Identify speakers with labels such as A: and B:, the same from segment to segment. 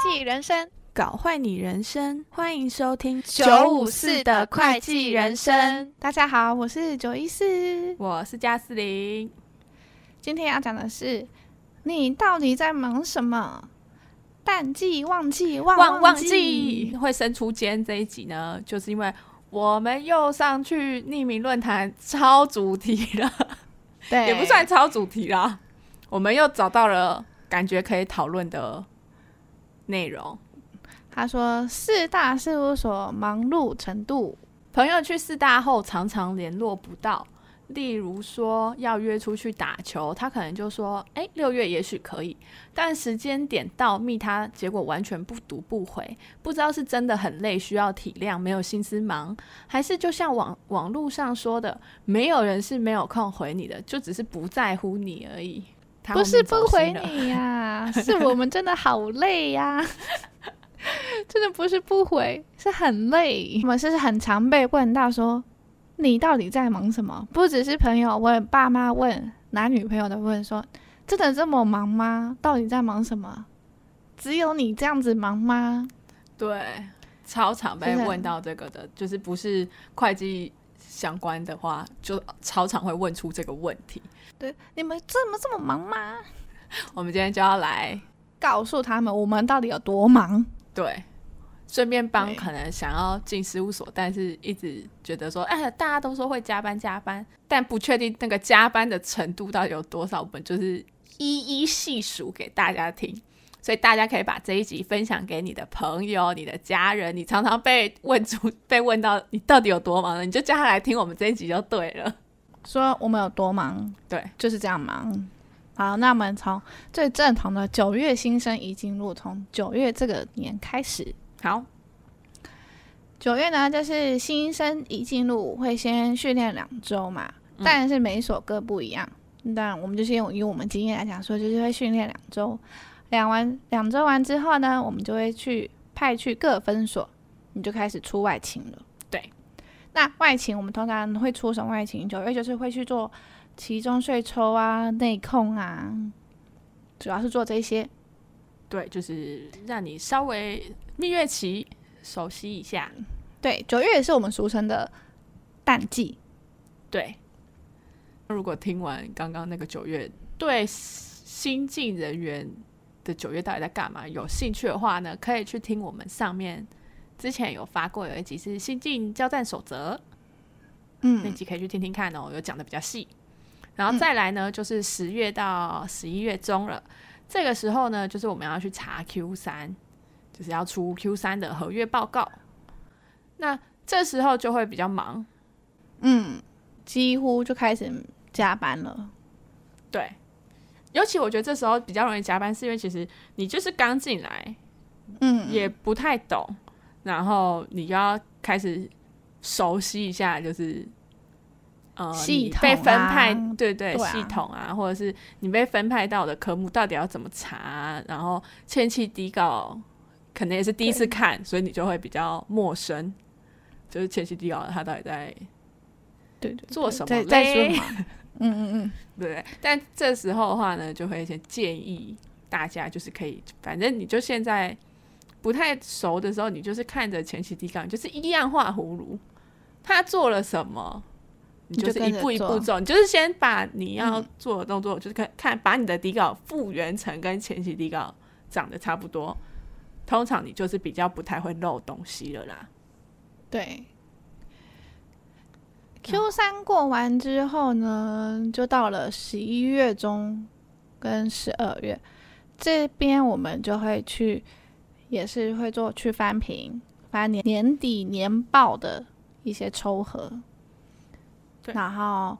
A: 计人生，
B: 搞坏你人生，欢迎收听
A: 954的会计人生。大家好，我是九一四，
B: 我是加斯林。
A: 今天要讲的是你到底在忙什么？淡季、旺季、旺
B: 忘
A: 忘
B: 忘记会生出尖这一集呢，就是因为我们又上去匿名论坛超主题了，
A: 对，
B: 也不算超主题啦，我们又找到了感觉可以讨论的内容。
A: 他说四大事务所忙碌程度，
B: 朋友去四大后常常联络不到，例如说要约出去打球，他可能就说：“哎，六月也许可以。”但时间点到密他，结果完全不读不回，不知道是真的很累，需要体谅，没有心思忙，还是就像网网络上说的，没有人是没有空回你的，就只是不在乎你而已。他后
A: 不
B: 面
A: 是不
B: 走心
A: 回
B: 了，
A: 你呀、是我们真的好累呀、 真的不是不回，是很累。我们是很常被问到说，你到底在忙什么？不只是朋友问、爸妈问、男女朋友的问说，真的这么忙吗？到底在忙什么？只有你这样子忙吗？
B: 对，超常被
A: 真的
B: 问到这个的，就是不是会计相关的话，就超常会问出这个问题。
A: 对，你们这么这么忙吗？
B: 我们今天就要来
A: 告诉他们我们到底有多忙。
B: 对，顺便帮
A: 对
B: 可能想要进事务所，但是一直觉得说，哎，大家都说会加班加班，但不确定那个加班的程度到底有多少，我们就是一一细数给大家听。所以大家可以把这一集分享给你的朋友、你的家人。你常常被问出、 被问到你到底有多忙了，你就叫他来听我们这一集就对了。
A: 说我们有多忙，
B: 对，
A: 就是这样忙。好，那我们从最正统的九月新生一进入，从九月这个年开始，
B: 好，
A: 九月呢就是新生一进入会先训练两周嘛，但是每一所各不一样。当然，我们就是用以我们经验来讲说，就是会训练两周，两完两周完之后呢，我们就会去派去各分所，你就开始出外勤了。
B: 对，
A: 那外勤我们通常会出什么外勤？九月就是会去做期中税抽啊、内控啊，主要是做这些。
B: 对，就是让你稍微蜜月期熟悉一下。
A: 对，九月也是我们俗称的淡季，
B: 对，如果听完刚刚那个九月对新进人员的九月到底在干嘛有兴趣的话呢，可以去听我们上面之前有发过有一集是新进交战守则，那
A: 嗯，
B: 集可以去听听看哦，有讲的比较细。然后再来呢，就是十月到十一月中了，这个时候呢，就是我们要去查 Q 三，就是要出 Q 三的合约报告。那这时候就会比较忙，
A: 几乎就开始加班了。
B: 对，尤其我觉得这时候比较容易加班，是因为其实你就是刚进来，
A: 嗯，
B: 也不太懂，然后你就要开始熟悉一下，就是呃，
A: 系
B: 你
A: 统
B: 被分派，
A: 啊
B: 对对，
A: 对啊
B: 系统啊，或者是你被分派到的科目到底要怎么查啊，然后前期底稿可能也是第一次看，所以你就会比较陌生，就是前期底稿它到底在
A: 对对，
B: 做什么
A: 在在
B: 嘞
A: 说嘛。嗯嗯嗯，
B: 对不对？但这时候的话呢，就会先建议大家，就是可以，反正你就现在不太熟的时候，你就是看着前期底纲，你就是一样画葫芦，他做了什么，你
A: 你就
B: 就是一步一
A: 跟
B: 步
A: 着做嗯
B: 走，你就是先把你要做的动作，就是看看把你的底稿复原成跟前期底稿长得差不多。通常你就是比较不太会漏东西了啦。
A: 对。Q 三过完之后呢，就到了十一月中跟十二月，这边我们就会去，也是会做去翻评，翻年年底年报的一些抽核，
B: 对
A: 然后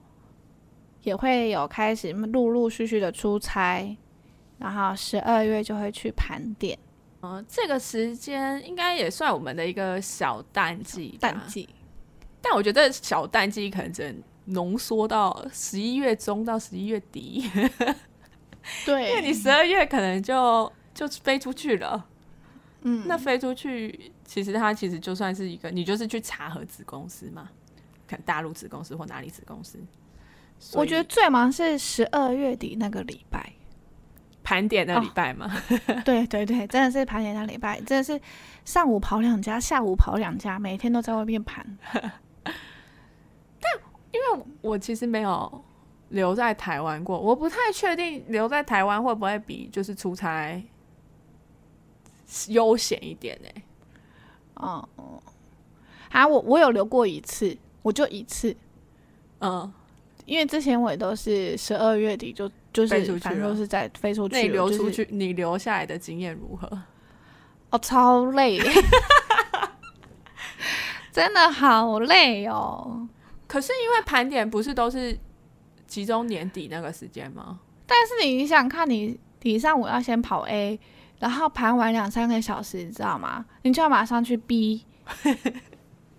A: 也会有开始陆陆续续的出差，然后十二月就会去盘点
B: 嗯、这个时间应该也算我们的一个小淡季吧，
A: 淡季，
B: 但我觉得小淡季可能只能浓缩到十一月中到十一月底，
A: 对，
B: 因为你十二月可能就就飞出去了。
A: 嗯
B: 那飞出去，其实它其实就算是一个，你就是去查核子公司嘛，看大陆子公司或哪里子公司。所以
A: 我觉得最忙是十二月底那个礼拜，
B: 盘点
A: 哦
B: 的礼拜嘛。
A: 对对对，真的是盘点那礼拜，真的是上午跑两家，下午跑两家，每天都在外面盘。
B: 因为我其实没有留在台湾过，我不太确定留在台湾会不会比就是出差悠闲一点欸呢、
A: 哦，啊，我我有留过一次，我就一次，
B: 嗯，
A: 因为之前我也都是十二月底就就
B: 飞出
A: 是
B: 去
A: 反正
B: 了
A: 都是在飞出去
B: 那
A: 了，
B: 你流
A: 就
B: 出
A: 是
B: 去，你留下来的经验如何？
A: 哦，超 累， 真的好累哦。
B: 可是因为盘点不是都是集中年底那个时间吗？
A: 但是你想看你，你上午要先跑 A，然后盘完两三个小时，你知道吗？你就要马上去 B，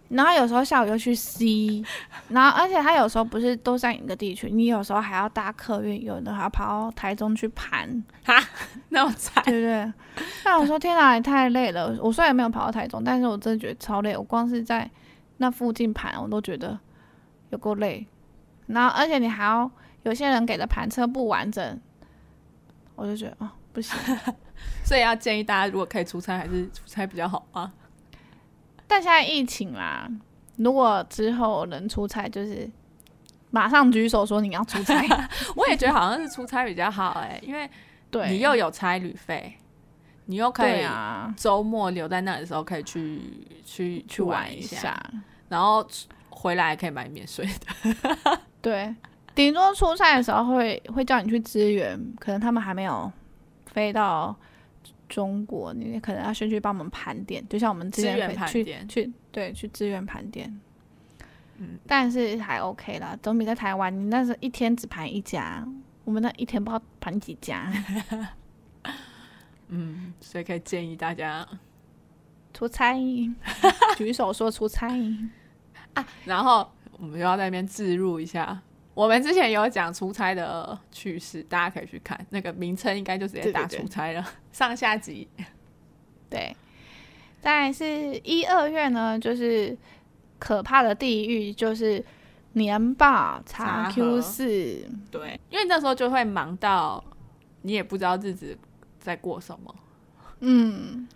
A: 然后有时候下午又去 C，然后而且他有时候不是都在一个地区，你有时候还要搭客运，有的还要跑到台中去盘，
B: 那我猜
A: 对不对？那我说天哪，也太累了。我虽然没有跑到台中，但是我真的觉得超累。我光是在那附近盘，我都觉得有够累。然后而且你还要有些人给的盘车不完整，我就觉得哦不行。
B: 所以要建议大家，如果可以出差，还是出差比较好啊。
A: 但现在疫情啦，如果之后能出差，就是马上举手说你要 出差。
B: 我也觉得好像是出差比较好哎、因为
A: 对，
B: 你又有差旅费，你又可
A: 对
B: 以
A: 啊，
B: 周末留在那里的时候可以去去去玩
A: 一
B: 一下，，然后回来可以买免税的。
A: 对，顶多出差的时候会会叫你去支援，可能他们还没有飞到中国，你可能要先去帮我们盘点，就像我们之
B: 支援
A: 前回
B: 盘
A: 去
B: 点
A: 去对去支援盘点。
B: 嗯
A: 但是还 OK 啦，总比在台湾你那是一天只盘一家，我们那一天不知道盘几家。
B: 嗯，所以可以建议大家
A: 出差， 举手说出差。
B: 啊。然后我们又要在那边置入一下，我们之前有讲出差的趣事，大家可以去看，那个名称应该就直接
A: 对对
B: 打
A: 对
B: 出差了， 上下集。
A: 对，再来是一二月呢，就是可怕的地狱，就是年报查
B: 查
A: Q
B: 核
A: 四，
B: 对，因为那时候就会忙到你也不知道日子在过什么。
A: 嗯，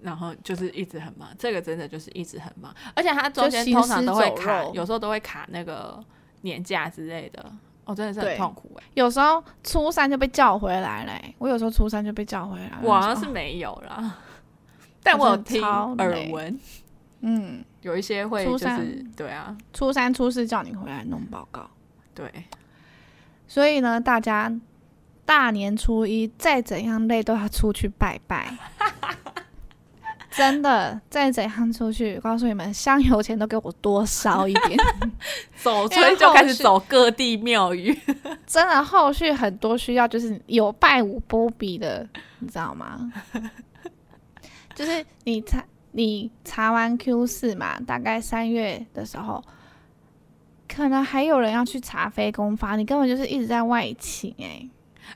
B: 然后就是一直很忙，这个真的就是一直很忙，而且它中间
A: 就行
B: 通
A: 尸
B: 常都会
A: 走
B: 卡，
A: 肉
B: 有时候都会卡那个年假之类的，哦，真的是
A: 对
B: 很痛苦哎、
A: 有时候初三就被叫回来嘞、我有时候初三就被叫回来，
B: 欸我好
A: 就
B: 像是
A: 哦
B: 没有啦，但我有听
A: 超累
B: 耳闻，
A: 嗯，
B: 有一些会就
A: 初三
B: 是对啊，
A: 初三初四叫你回来弄报告，
B: 对，
A: 所以呢，大家大年初一再怎样累都要出去拜拜。 真的，再怎样出去，告诉你们，香油钱都给我多烧一点。
B: 走
A: 因为
B: 村就开始
A: 后续
B: 走各地庙宇，
A: 真的后续很多需要就是有拜五波比的，你知道吗？ 就是你查你查完 Q 四嘛，大概三月的时候，可能还有人要去查非公发，你根本就是一直在外勤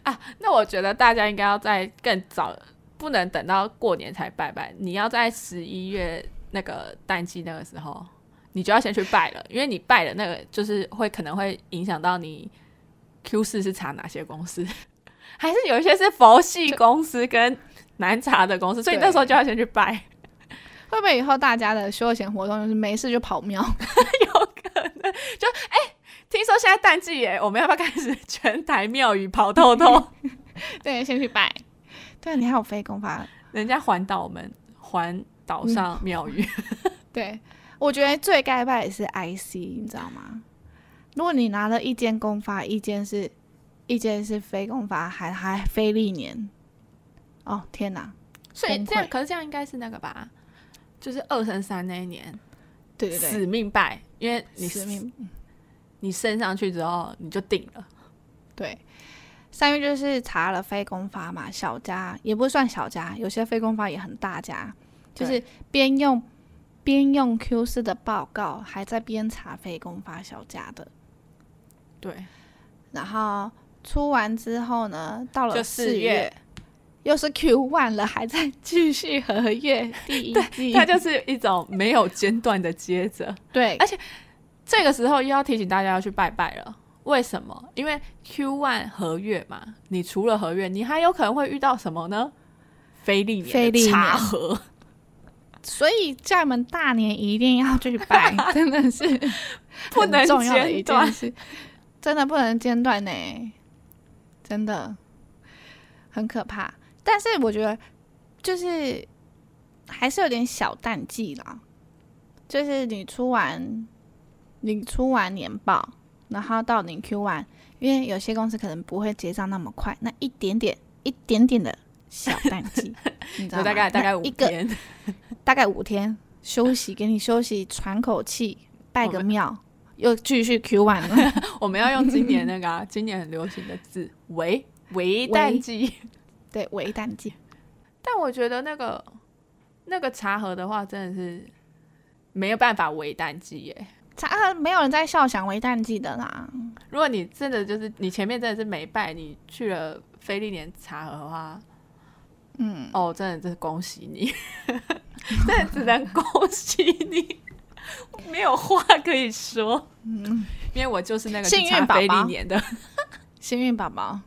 A: 哎、
B: 那我觉得大家应该要在更早，不能等到过年才拜拜，你要在十一月那个淡季那个时候，你就要先去拜了，因为你拜了那个就是会可能会影响到你 Q 四是查哪些公司，还是有一些是佛系公司跟难查的公司，所以
A: 对
B: 那时候就要先去拜，
A: 会不会以后大家的休闲活动就是没事就跑庙？
B: 有可能就哎、听说现在淡季耶，我们要不要开始全台庙宇跑透透？
A: 对，先去拜。对你还有非公发，
B: 人家环岛们环岛上庙宇。
A: 对我觉得最该拜的是 IC，你知道吗？如果你拿了一间公发，一间是一间是非公发，还还非历年，哦天哪！
B: 所以
A: 崩
B: 这样，
A: 溃
B: 可是这样应该是那个吧？就是二升三那一年
A: 对对对，
B: 死命拜，因为你
A: 死命
B: 你升上去之后你就定了。
A: 对。三月就是查了非公发嘛，小家也不算小家，有些非公发也很大家，就是边用边用 Q 四的报告，还在边查非公发小家的。
B: 对，
A: 然后出完之后呢，到了
B: 就
A: 四
B: 四
A: 月，
B: 月
A: 又是 Q one 了，还在 继续合约第一季，
B: 它就是一种没有间断的接着。
A: 对
B: 而，这个时候又要提醒大家要去拜拜了。为什么？因为 Q one 合约嘛，你除了合约，你还有可能会遇到什么呢？非历
A: 非
B: 年
A: 历
B: 的
A: 年
B: 查核，
A: 所以家人们大年一定要去 拜，真的是
B: 不能
A: 很重要的一
B: 间断
A: 件事，真的不能间断呢，真的很可怕。但是我觉得就是还是有点小淡季啦，就是你出完你出完年报，然后到你 Q 完，因为有些公司可能不会结账那么快，那一点点一点点的小淡 季，你知道
B: 就
A: 吗
B: 大概大概
A: 那
B: 五
A: 一个
B: 天，
A: 大概五天休息，给你休息，喘口气，拜个庙，又继续 Q 完了。
B: 我们要用今年那个、啊、今年很流行的字“为为淡季
A: 对，伪淡季。”，
B: 但我觉得那个那个茶盒的话，真的是没有办法为淡季耶。
A: 查啊没有人在笑想为淡季的啦，
B: 如果你真的就是你前面真的是没拜，你去了菲利年茶盒的话，嗯，哦，真的真是恭喜你， 真的只能恭喜你， 没有话可以说，嗯，因为我就是那个
A: 幸
B: 去
A: 运
B: 查
A: 宝
B: 菲利
A: 宝
B: 年的，
A: 幸运宝宝。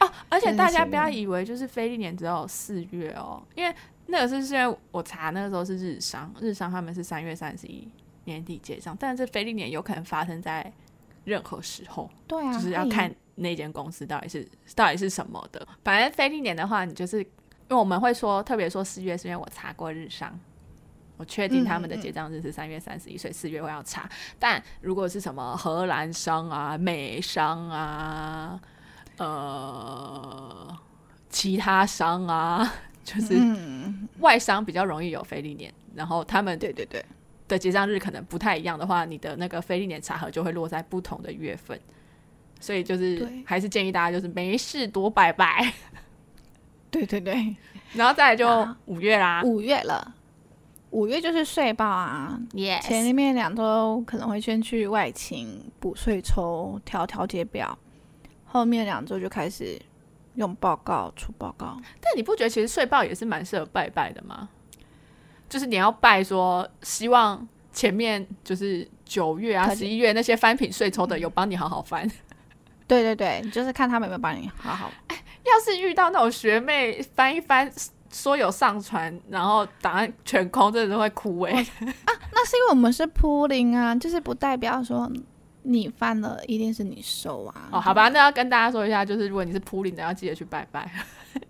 B: 哦，而且
A: 真的
B: 大家
A: 幸运
B: 不要以为就是菲利年只有四月哦，因为那个是是因为我查那个时候是日商，日商他们是三月三十一年底结账，但是菲利年有可能发生在任何时候，
A: 对啊，
B: 就是要
A: 哎
B: 看那间公司到底是到底是什么的。反正菲利年的话，你就是因为我们会说，特别说四月，是因为我查过日商。我确定他们
A: 嗯
B: 的结账日是三月三十一，所以四月我要查。但如果是什么荷兰商啊、美商啊、呃其他商啊， 就是
A: 嗯，
B: 外商比较容易有菲利年，然后他们
A: 对对对，
B: 的结账日可能不太一样的话，你的那个非历年查核就会落在不同的月份，所以就是
A: 对
B: 还是建议大家就是没事多拜拜，
A: 对对对，
B: 然后再来就
A: 啊
B: 五月啦，
A: 五月了，五月就是税报啊。
B: 耶
A: 前面两周可能会先去外勤补税抽调调节表，后面两周就开始用报告出报告。
B: 但你不觉得其实税报也是蛮适合拜拜的吗？就是你要拜说，希望前面就是九月啊、
A: 特
B: 十
A: 别
B: 一月那些翻品税
A: 嗯
B: 抽的有帮你好好翻。
A: 对对对，就是看他们有没有帮你好好
B: 要是遇到那种学妹翻一翻，说有上传，然后档案全空，真的是会哭欸诶、
A: 那是因为我们是铺零啊，就是不代表说你犯了一定是你收啊。
B: 哦，好吧，那要跟大家说一下，就是如果你是普林的，要记得去拜拜，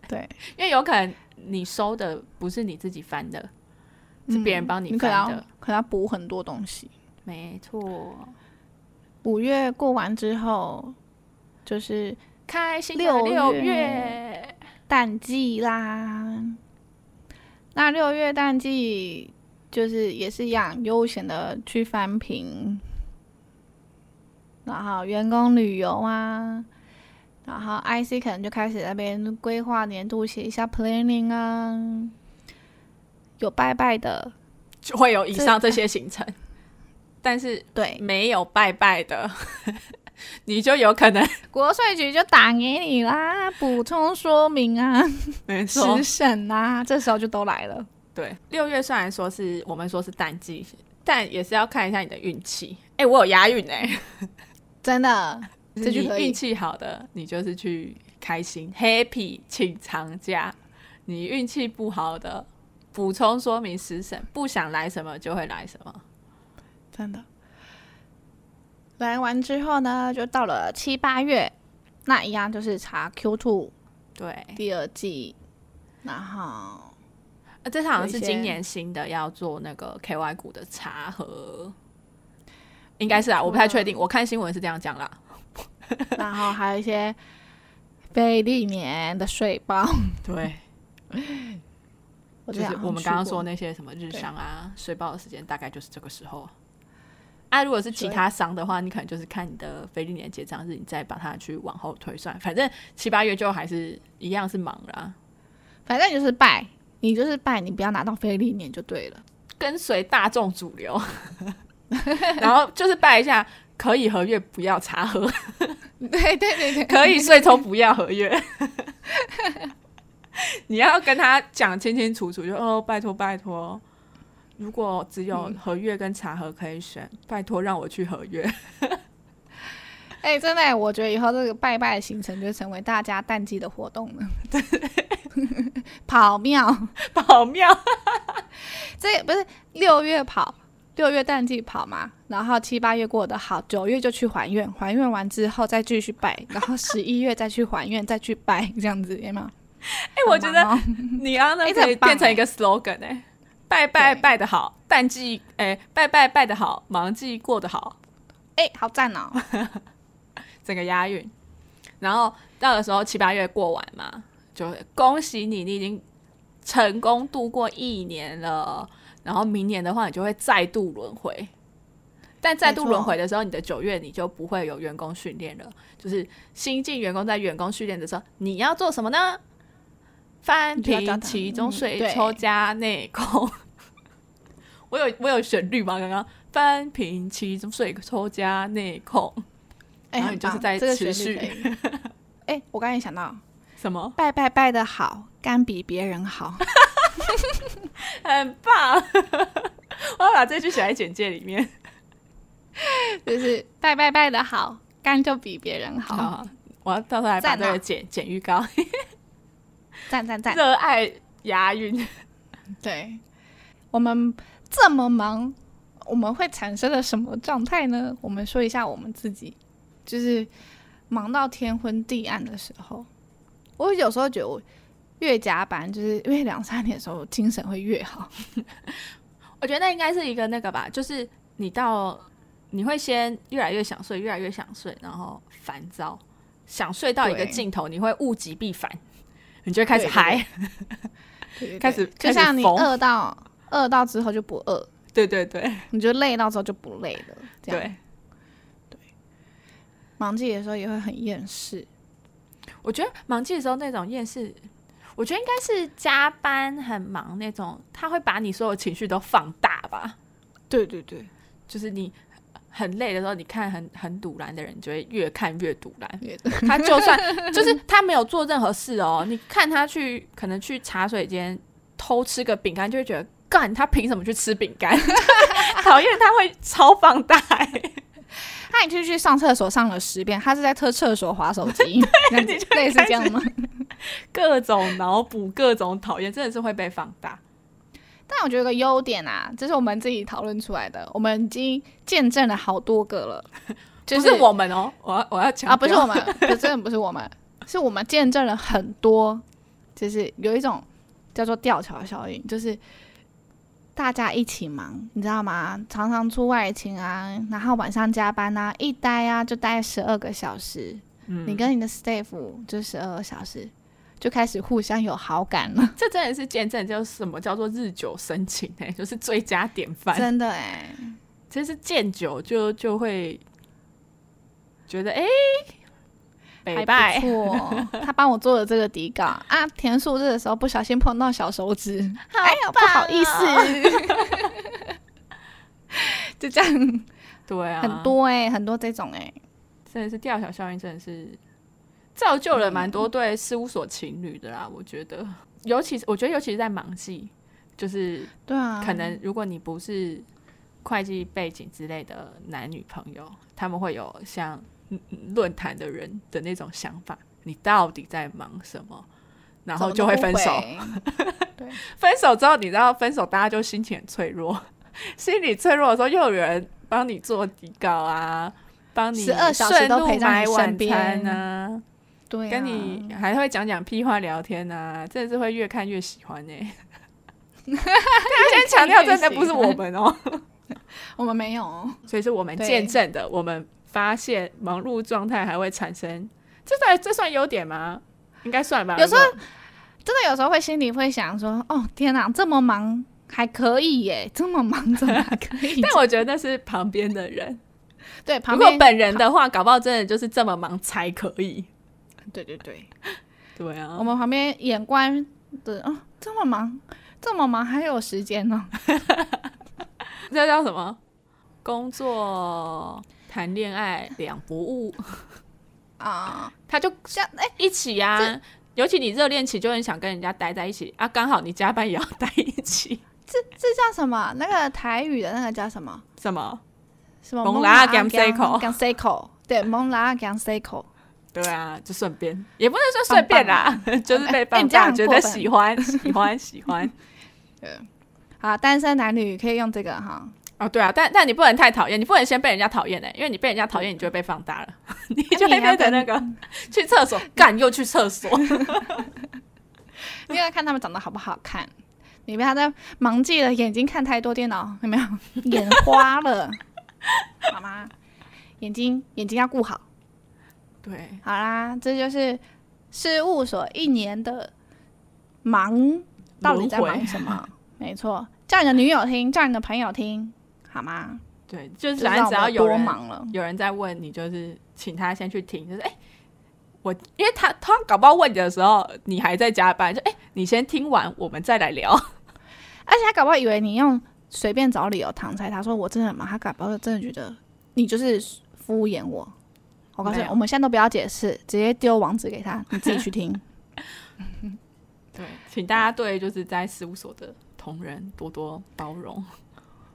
A: 对，
B: 因为有可能你收的不是你自己翻的，
A: 嗯
B: 是别人帮你
A: 你可能
B: 翻
A: 要
B: 的。
A: 可能要补很多东西。
B: 没错，
A: 五月过完之后，就是
B: 开心的
A: 六
B: 六
A: 月
B: 月，
A: 淡季啦。那六月淡季就是也是一样，悠闲的去翻评，然后员工旅游啊，然后 IC 可能就开始在那边规划年度，写一下 planning 啊，有拜拜的，
B: 就会有以上这些行程，但是
A: 对，
B: 没有拜拜的， 你就有可能
A: 国税局就打给你啦，补充说明啊，
B: 没错
A: 实。审啊，这时候就都来了。
B: 对，六月虽然说是我们说是淡季，但也是要看一下你的运气。哎、我有押韵哎、
A: 真的，
B: 这
A: 这
B: 句
A: 句可以
B: 运气好的，你就是去开心 happy 请长假；你运气不好的，补充说明十审，不想来什么就会来什么。
A: 真的。来完之后呢，就到了七八月，那一样就是查 Q two
B: 对，
A: 第二季，然后
B: 呃这好像是
A: 有一些
B: 今年新的要做那个 KY 股的茶盒，应该是啊，我不太确定，我看新闻是这样讲啦。
A: 然后还有一些非历年的税报，
B: 对，
A: 我记
B: 就
A: 得
B: 是
A: 好像
B: 我们刚刚
A: 去过
B: 说那些什么日商啊、水报的时间，大概就是这个时候。啊，如果是其他商的话，你可能就是看你的菲利年结账日，你再把它去往后推算。反正七八月就还是一样是忙啦，
A: 反正就是拜，你就是拜，你不要拿到非历年就对 了。
B: 跟随大众主流， 然后就是拜一下，可以合约不要查合，
A: 对对对对，
B: 可以税抽不要合约。 你要跟他讲清清楚楚，就哦，拜托拜托，如
A: 嗯
B: 果只有合约跟茶盒可以选，拜托让我去合约。
A: 哎、真的耶、我觉得以后这个拜拜的行程就成为大家淡季的活动 了。 跑庙，
B: 跑庙，
A: 这不是六月跑，六月淡季跑嘛，然后七八月过得好，九月就去还愿，还愿完之后再继续拜，然 后十一月再去还愿，再去拜，这样子有 没有？
B: 哎、我觉得
A: 很忙哦
B: 你刚刚那
A: 哎这
B: 可以
A: 很棒
B: 变成
A: 哎
B: 一个 slogan 哎、拜拜
A: 对
B: 拜的好，淡季哎、拜拜拜的好，忙季过得好，
A: 哎、好赞哦！
B: 整个押韵。然后到的时候七八月过完嘛，就恭喜你，你已经成功度过一年了。然后明年的话，你就会再度轮回。但再度
A: 没错
B: 轮回的时候，你的九月你就不会有员工训练了。就是新进员工在员工训练的时候，你要做什么呢？翻
A: 你就要教
B: 平
A: 他
B: 其中
A: 嗯
B: 水，
A: 对
B: 抽加内功。 我有我有旋律吗？刚刚翻平其中水，抽加内功。
A: 哎、
B: 然后
A: 很
B: 你就是
A: 棒
B: 在
A: 这个
B: 持
A: 旋律
B: 续
A: 可以。 哎、我刚才想到，
B: 什么？
A: 拜拜拜的好，肝比别人好。
B: 很棒！我要把这句写在简介里面。
A: 就是拜拜拜的好，肝就比别人好，
B: 好，哦我要到时候来把
A: 赞啊
B: 这个剪剪预告。
A: 赞赞赞！
B: 热爱押韵，
A: 对，我们这么忙，我们会产生了什么状态呢？我们说一下我们自己，就是忙到天昏地暗的时候，我有时候觉得我越加班，就是因为两三点的时候精神会越好。
B: 我觉哎得那应该是一个那个吧，就是你到你会先越来越想睡，越来越想睡，然后烦躁，想睡到一个
A: 对
B: 尽头，你会物极必反，你就会开始
A: 对对
B: 嗨。
A: 对对对
B: 开始
A: 就
B: 开
A: 像
B: 始
A: 你
B: 疯
A: 饿到饿到之后就不饿，
B: 对对对
A: 你就累到之后就不累了。这样
B: 对，
A: 忙季的时候也会很厌世。
B: 我觉得忙季的时候那种厌世，我觉得应该是加班很忙那种，他会把你所有情绪都放大吧。
A: 对对对，
B: 就是你很累的时候，你看很很堵然的人，你就会越看越堵然。
A: 也
B: 他 就算就是他没有做任何事哦，你看他去可能去茶水间偷吃个饼干，就会觉得干他凭什么去吃饼干？ 讨厌他会超放大、欸，
A: 他已经去上厕所上了十遍，他是在厕厕所划手 机，这样子
B: 你就
A: 类似
B: 开
A: 这样吗？
B: 各种脑补，各种讨厌，真的是会被放大。
A: 但我觉得有个优点啊，这是我们自己讨论出来的，我们已经见证了好多个了，就
B: 不是我们哦，我要我要强
A: 啊，不是
B: 调
A: 我们，不真的不是我们，是我们见证了很多，就是有一种叫做吊桥效应，就是大家一起忙，你知道吗？常常出外勤啊，然后晚上加班啊，一待啊就待十二个小时，
B: 嗯
A: 你跟你的 staff 就十二个小时，就开始互相有好感了，
B: 这真的是见证，就是什么叫做日久生情哎、就是最佳典范。
A: 真的哎、
B: 其实见久就就会觉得哎，
A: 欸，
B: 北、
A: 还不
B: 拜
A: 错，他帮我做了这个底稿啊，田数日的时候不小心碰到小手指。哎呀，不
B: 啊
A: 好意思， 就这样，
B: 对啊，
A: 很多哎、很多这种哎、
B: 真的是吊桥效应，真的是造就了蛮
A: 嗯
B: 多对事务所情侣的啦。我觉得，尤其是我觉得，尤其是在忙季，就是
A: 对啊，
B: 可能如果你不是会计背景之类的男女朋友，他们会有像嗯嗯论坛的人的那种想法，你到底在忙什么？然后就会分手。分手之后，你知道分手大家就心情很脆弱， 心理脆弱的时候，又有人帮你做底稿啊，帮你
A: 12小时都陪在
B: 买
A: 你
B: 晚
A: 身边
B: 餐啊，
A: 怎么都不回，对、啊，
B: 跟你还会讲讲屁话聊天啊，真的是会越看越喜欢呢、欸 大家先强调，真的不是我们哦，
A: 我们没有，
B: 所以是我们
A: 对
B: 见证的，我们发现忙碌状态还会产生，这算这算优点吗？应该算吧。
A: 有时候
B: 如果
A: 真的有时候会心里会想说，哦天哪，这么忙还可以耶、这么忙怎么 还可以？
B: 但我觉得那是旁边的人，
A: 对旁
B: 如果
A: 边
B: 本人的话，搞不好真的就是这么忙才可以。
A: 对对对，
B: 对啊
A: 我，们旁边眼观的哦，这么忙，这么忙还有时间哦呢、
B: 这叫什么？工作、谈恋爱两不误，
A: 啊，
B: 他就
A: 像哎、
B: 一起呀、啊。尤其你热恋期就很想跟人家待在一起啊，刚好你加班也要待一起，
A: 这叫什么？那个台语的那个叫什么？
B: 什么？
A: 什么
B: 蒙
A: 蒙
B: 拉
A: 拉
B: Gamseco
A: Gamseco 对，蒙拉讲 s e c o
B: 对啊，就顺便，也不能说顺便啦， 就是被放大，
A: 哎你这
B: 觉
A: 样很
B: 得
A: 过分
B: 喜欢，喜欢，喜欢。
A: 好，单身男女可以用这个哈。
B: 哦，对啊，但但你不能太讨厌，你不能先被人家讨厌的，欸因为你被人家讨厌，你就会被放 大了，你就会
A: 你还
B: 变成那个去厕所干又去 厕所，
A: 你要看他们长得好不好看。你不要再忙记了，眼睛看太多电脑，有没 有？眼花了，好吗？眼睛眼睛要顾好。
B: 对，
A: 好啦，这就是事务所一年的忙到底在
B: 轮
A: 忙
B: 回
A: 什么？没错，叫你的女友听，叫你的朋友听，好吗？
B: 对，就是
A: 知
B: 反正
A: 道
B: 只要
A: 我
B: 有
A: 多
B: 人
A: 忙了，
B: 有人在问你，就是请他先去听，就是哎、我因为他他搞不好问你的时候，你还在加班，就哎、你先听完，我们再来聊。
A: 而且他搞不好以为你用随便找理由搪塞他说我真的很忙，他搞不好真的觉得你就是敷衍我。我告诉你
B: 没，有
A: 我们现在都不要解释，直接丢网址给他，你自己去听。
B: 对，请大家对就是在事务所的同仁多多包容，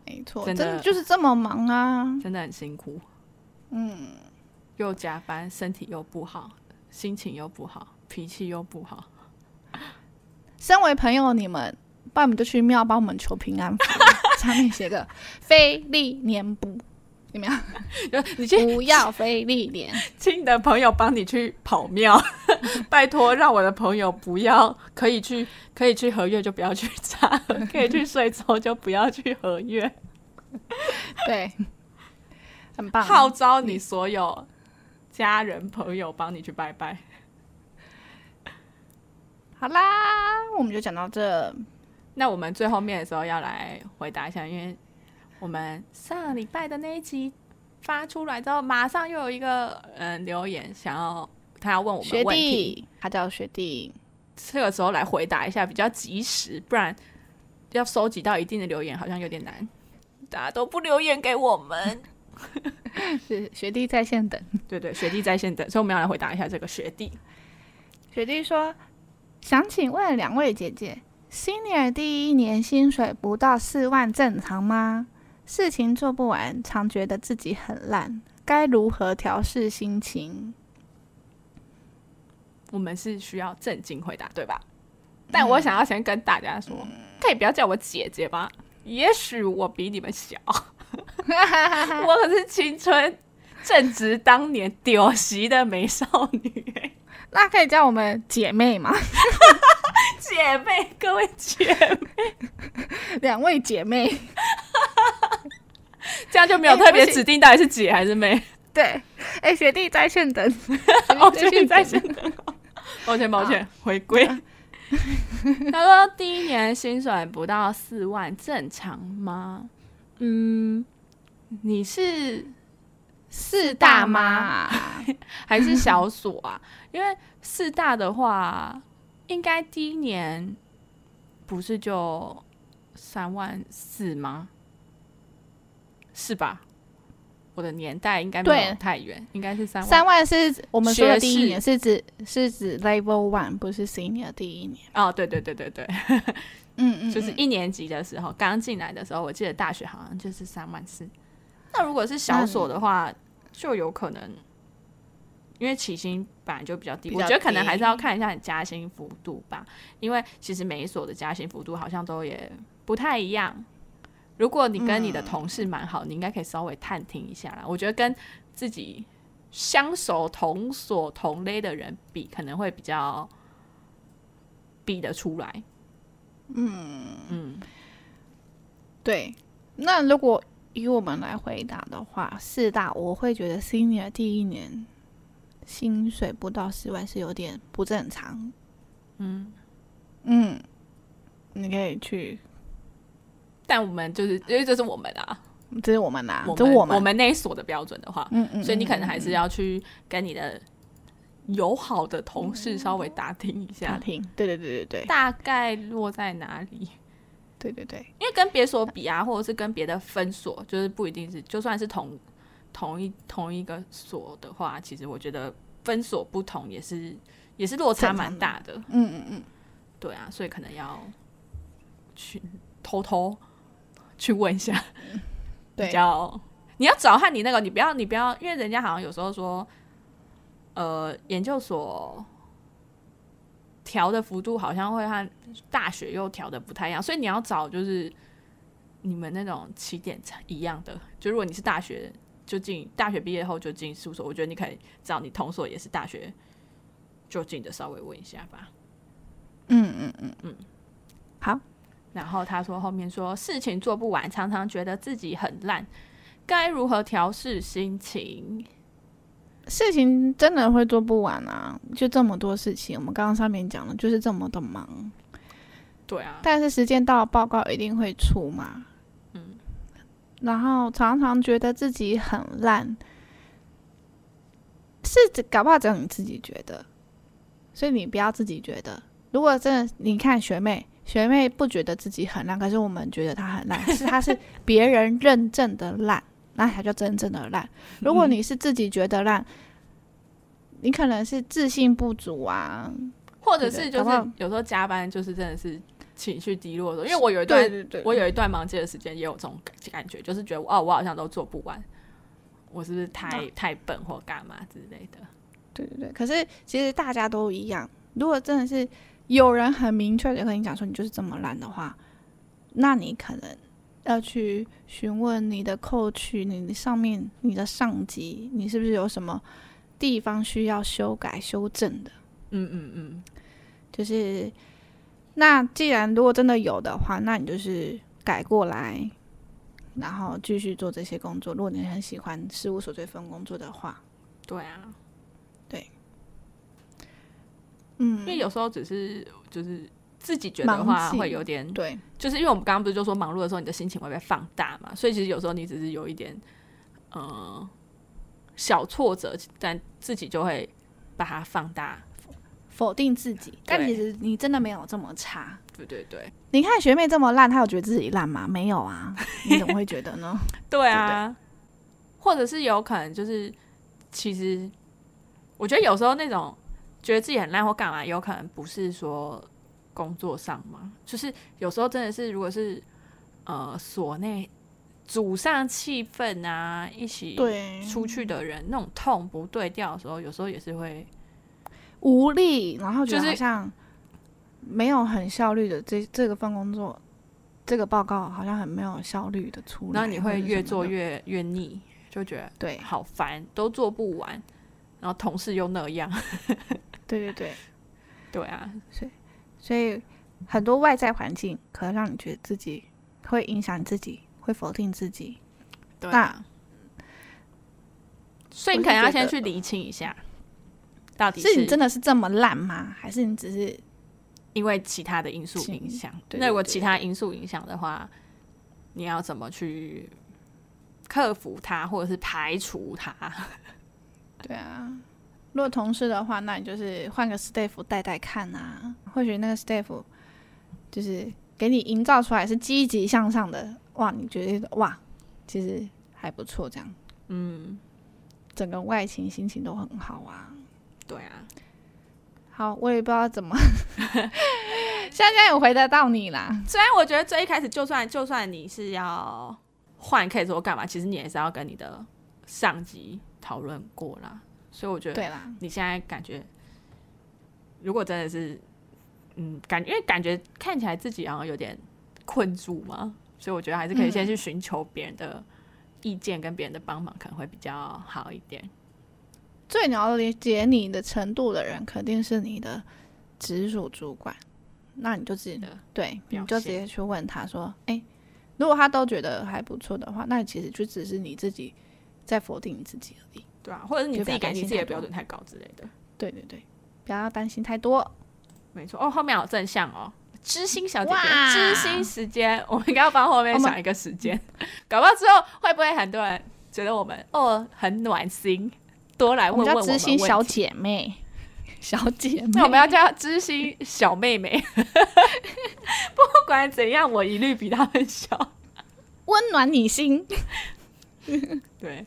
A: 没错，
B: 真
A: 真
B: 的
A: 的就是这么忙啊。
B: 真的很辛苦，
A: 嗯，
B: 又加班，身体又不好，心情又不好，脾气又不好。
A: 身为朋友，你们，不然你们就去庙帮我们求平安符，上面写个 “非历年不”，有没有？
B: 就你去
A: 不要非历年，
B: 请你的朋友帮你去跑庙， 拜托让我的朋友不要可以去可以去合月就不要去查， 可以去睡州就不要去合月，
A: 对，很棒。
B: 号召你所有家人朋友帮你去拜拜。
A: 好啦，我们就讲到这。
B: 那我们最后面的时候要来回答一下，因为我们上礼拜的那一集发出来之后，马上又有一个嗯留言想要他要问我
A: 学
B: 们问题，
A: 弟，他叫学弟，
B: 这个时候来回答一下比较及时，不然要收集到一定的留言好像有点难。大家都不留言给我们，
A: 是学弟在线等。
B: 对对，学弟在线等，所以我们要来回答一下这个学弟。
A: 学弟说：“想请问两位姐姐，senior 第一年薪水不到四万正常吗？事情做不完，常觉得自己很烂，该如何调试心情
B: 我们是需要正经回答，对吧？但我想要先跟大家说，可以不要叫我姐姐吧？也许我比你们 小，我可是青春正值当年丢席的美少女、 欸？”
A: 那可以叫我们姐妹 吗？
B: 姐妹，各位姐妹，
A: 两位姐妹，
B: 这样就没有
A: 哎
B: 特别
A: 不行
B: 指定到底是姐还是妹。
A: 对，哎、学弟在线 等，
B: 哦，
A: 学
B: 最
A: 弟
B: 近
A: 在
B: 在线
A: 线
B: 等。抱歉，抱歉，回归。
A: 啊
B: 他说第一年薪水不到四万，正常吗？嗯，你是
A: 四
B: 大
A: 大
B: 妈
A: 妈，
B: 还是小所 啊？因为四大的话，应该第一年不是就三万四吗？是吧？我的年代应该没有
A: 对
B: 太远，应该是三万
A: 三万是我们说的第
B: 学士
A: 一年，是指是指 level one，不是 senior 第一年。
B: 哦，对对对对对，
A: 嗯嗯，
B: 就是一年级的时候，刚进来的时候，我记得大学好像就是三万四。那如果是小所的话，就有可能，因为起薪本来就比较低，
A: 比
B: 我
A: 较
B: 觉得可能
A: 低
B: 还是要看一下你加薪幅度吧，因为其实每一所的加薪幅度好像都也不太一样。如果你跟你的同事蛮好，你应该可以稍微探听一下啦。我觉得跟自己相熟同所同类的人比，可能会比较比得出来。
A: 对，那如果以我们来回答的话，四大我会觉得 senior 第一年薪水不到十万是有点不正常。嗯嗯，你可以去，
B: 但我们就是因为这是我们啊，
A: 这是我们啦、
B: 我
A: 这
B: 们
A: 是
B: 我
A: 们，
B: 们那一所的标准的话，
A: 嗯嗯，
B: 所以你可
A: 嗯
B: 能还是要去跟你的友好的同事稍微打听一
A: 打
B: 下，
A: 听，对对对对对
B: 大概落在哪里。
A: 对对对，
B: 因为跟别所比啊，或者是跟别的分所，就是不一定是，就算是同同一同一个所的话，其实我觉得分所不同也是也是落差蛮大的。
A: 嗯嗯嗯，
B: 对啊，所以可能要去偷偷去问一下，比
A: 对，
B: 较你要找和你那个，你不要你不要，因为人家好像有时候说，呃，研究所调的幅度好像会和大学又调的不太一样，所以你要找就是你们那种起点差一样的。就如果你是大学就进大学毕业后就进事务所，我觉得你可以找你同所也是大学就近的稍微问一下吧。
A: 嗯嗯嗯嗯，好，
B: 然后他说后面说事情做不完，常常觉得自己很烂，该如何调试心情？
A: 事情真的会做不完啊，就这么多事情，我们刚刚上面讲了，就是这么的忙，
B: 对啊，
A: 但是时间到了，报告一定会出嘛。
B: 嗯，
A: 然后常常觉得自己很烂，是指搞不好只有你自己觉得，所以你不要自己觉得。如果真的，你看学妹，学妹不觉得自己很烂，可是我们觉得她很 烂，是她是别人认证的烂，那才叫真正的烂。如果你是自己觉得烂，你可能是自信不足啊，
B: 或者是
A: 对搞
B: 就
A: 不好
B: 是有时候加班就是真的是情绪低落的时候，因为我有一段
A: 对对
B: 我有一段忙街的时间也有这种感感觉，就是觉得哦，我好像都做不完，我是不是太、太笨或干嘛之类的？
A: 对对对，可是其实大家都一样。如果真的是有人很明确的跟你讲说你就是这么烂的话，那你可能要去询问你的 coach、你上面、你的上级，你是不是有什么地方需要修改、修正的？
B: 嗯嗯嗯，
A: 就是那既然如果真的有的话，那你就是改过来，然后继续做这些工作。如果你很喜欢事务所这份工作的话，
B: 对啊，
A: 嗯
B: 因，为有时候只是就是自己觉
A: 忙
B: 得话
A: 季
B: 会有点
A: 对，
B: 就是因为我们刚刚不是就说忙碌的时候你的心情会被放大嘛，所以其实有时候你只是有一点，呃，小挫折，但自己就会把它放大。
A: 否定自己，但
B: 对
A: 其实你真的没有这么差。
B: 对对对，
A: 你看学妹这么烂，她有觉得自己烂吗？没有 啊，你怎么会觉得呢？
B: 对啊，或者是有可能就是，其实我觉得有时候那种觉得自己很烂或干嘛，有可能不是说工作上嘛，就是有时候真的是如果是呃所内组上气氛啊，一起
A: 对，
B: 出去的人那种痛不对调的时候，有时候也是会
A: 无力，然后觉得
B: 就是
A: 好像没有很效率的这这个份工作，这个报告好像很没有效率的出来，
B: 然后你
A: 或
B: 会
A: 者
B: 越
A: 什么
B: 做
A: 的
B: 越越腻，就觉得
A: 对
B: 好烦，都做不完，然后同事又那样，
A: 对对对，
B: 对啊，
A: 所以很多外在环境可能让你觉得自己会影响自己，会否定自己，
B: 对
A: 那
B: 啊，所以你
A: 我
B: 可能
A: 是
B: 要
A: 觉
B: 先
A: 得
B: 去厘清一下，到底
A: 是你真的是这么烂吗？还是你只是
B: 因为其他的因素
A: 情
B: 影响。
A: 对
B: 那如果
A: 对对
B: 其他因素影响的话，你要怎么去克服它，或者是排除它？
A: 对啊，如果同事的话，那你就是换个 staff 带带看啊，或许那个 staff 就是给你营造出来是积极向上的，哇，你觉得哇，其实还不错，这样
B: 嗯，
A: 整个外勤心情都很好啊。
B: 对啊，
A: 好，我也不知道怎么， 现在有回答到你啦。
B: 虽然我觉得最一开始，就算就算你是要换 case 或干嘛，其实你也是要跟你的上级讨论过啦。所以我觉得
A: 对啦，
B: 你现在感觉，如果真的是，嗯，感因为感觉看起来自己好像有点困住嘛，所以我觉得还
A: 嗯
B: 是可以先去寻求别人的意见跟别人的帮忙，可能会比较好一点。
A: 最了解你的程度的人，肯定是你的直属主管。那你就自己
B: 的
A: 对，你
B: 表
A: 就直
B: 现
A: 接去问他说：“哎、如果他都觉得还不错的话，那其实就只是你自己在否定你自己而已。
B: 对啊，或者是你
A: 就
B: 自
A: 不
B: 己
A: 要
B: 给
A: 担
B: 你
A: 心
B: 自己
A: 太
B: 的
A: 多
B: 标准太高之类的。”
A: 对对对，不要担心太多。
B: 没错，哦，后面好正向哦。知心小姐
A: 哇
B: 姐，知心时间，我们应该要帮后面
A: 我们
B: 想一个时间， 搞不好之后会不会很多人觉得我们哦很暖心，多来
A: 我
B: 问
A: 们
B: 问
A: 叫
B: 我们
A: 知心小
B: 问题
A: 姐 妹，小姐妹
B: 那我们要叫知心小妹妹。 不管怎样，我一律比他们小。
A: 温暖你心。
B: 对，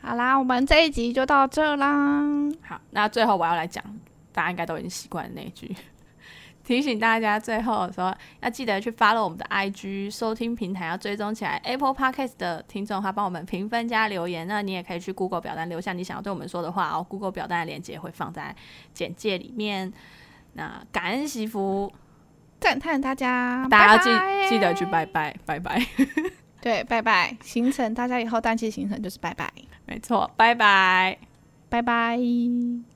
A: 好啦，我们这一集就到这啦。
B: 好，那最后我要来讲，大家应该都已经习惯的那一句：提醒大家，最后的时候要记得去 follow 我们的 IG 收听平台，要追踪起来。Apple Podcast 的听众的话，帮我们评分加留言。那你也可以去 Google 表单留下你想要对我们说的话哦。Google 表单的链接会放在简介里面。那感恩惜福，
A: 赞叹大家，
B: 大家
A: 啊拜
B: 记
A: 拜
B: 记得去拜拜拜拜，
A: 对，拜拜行程，大家以后淡季行程就是拜拜，
B: 没错，拜拜。
A: 拜拜。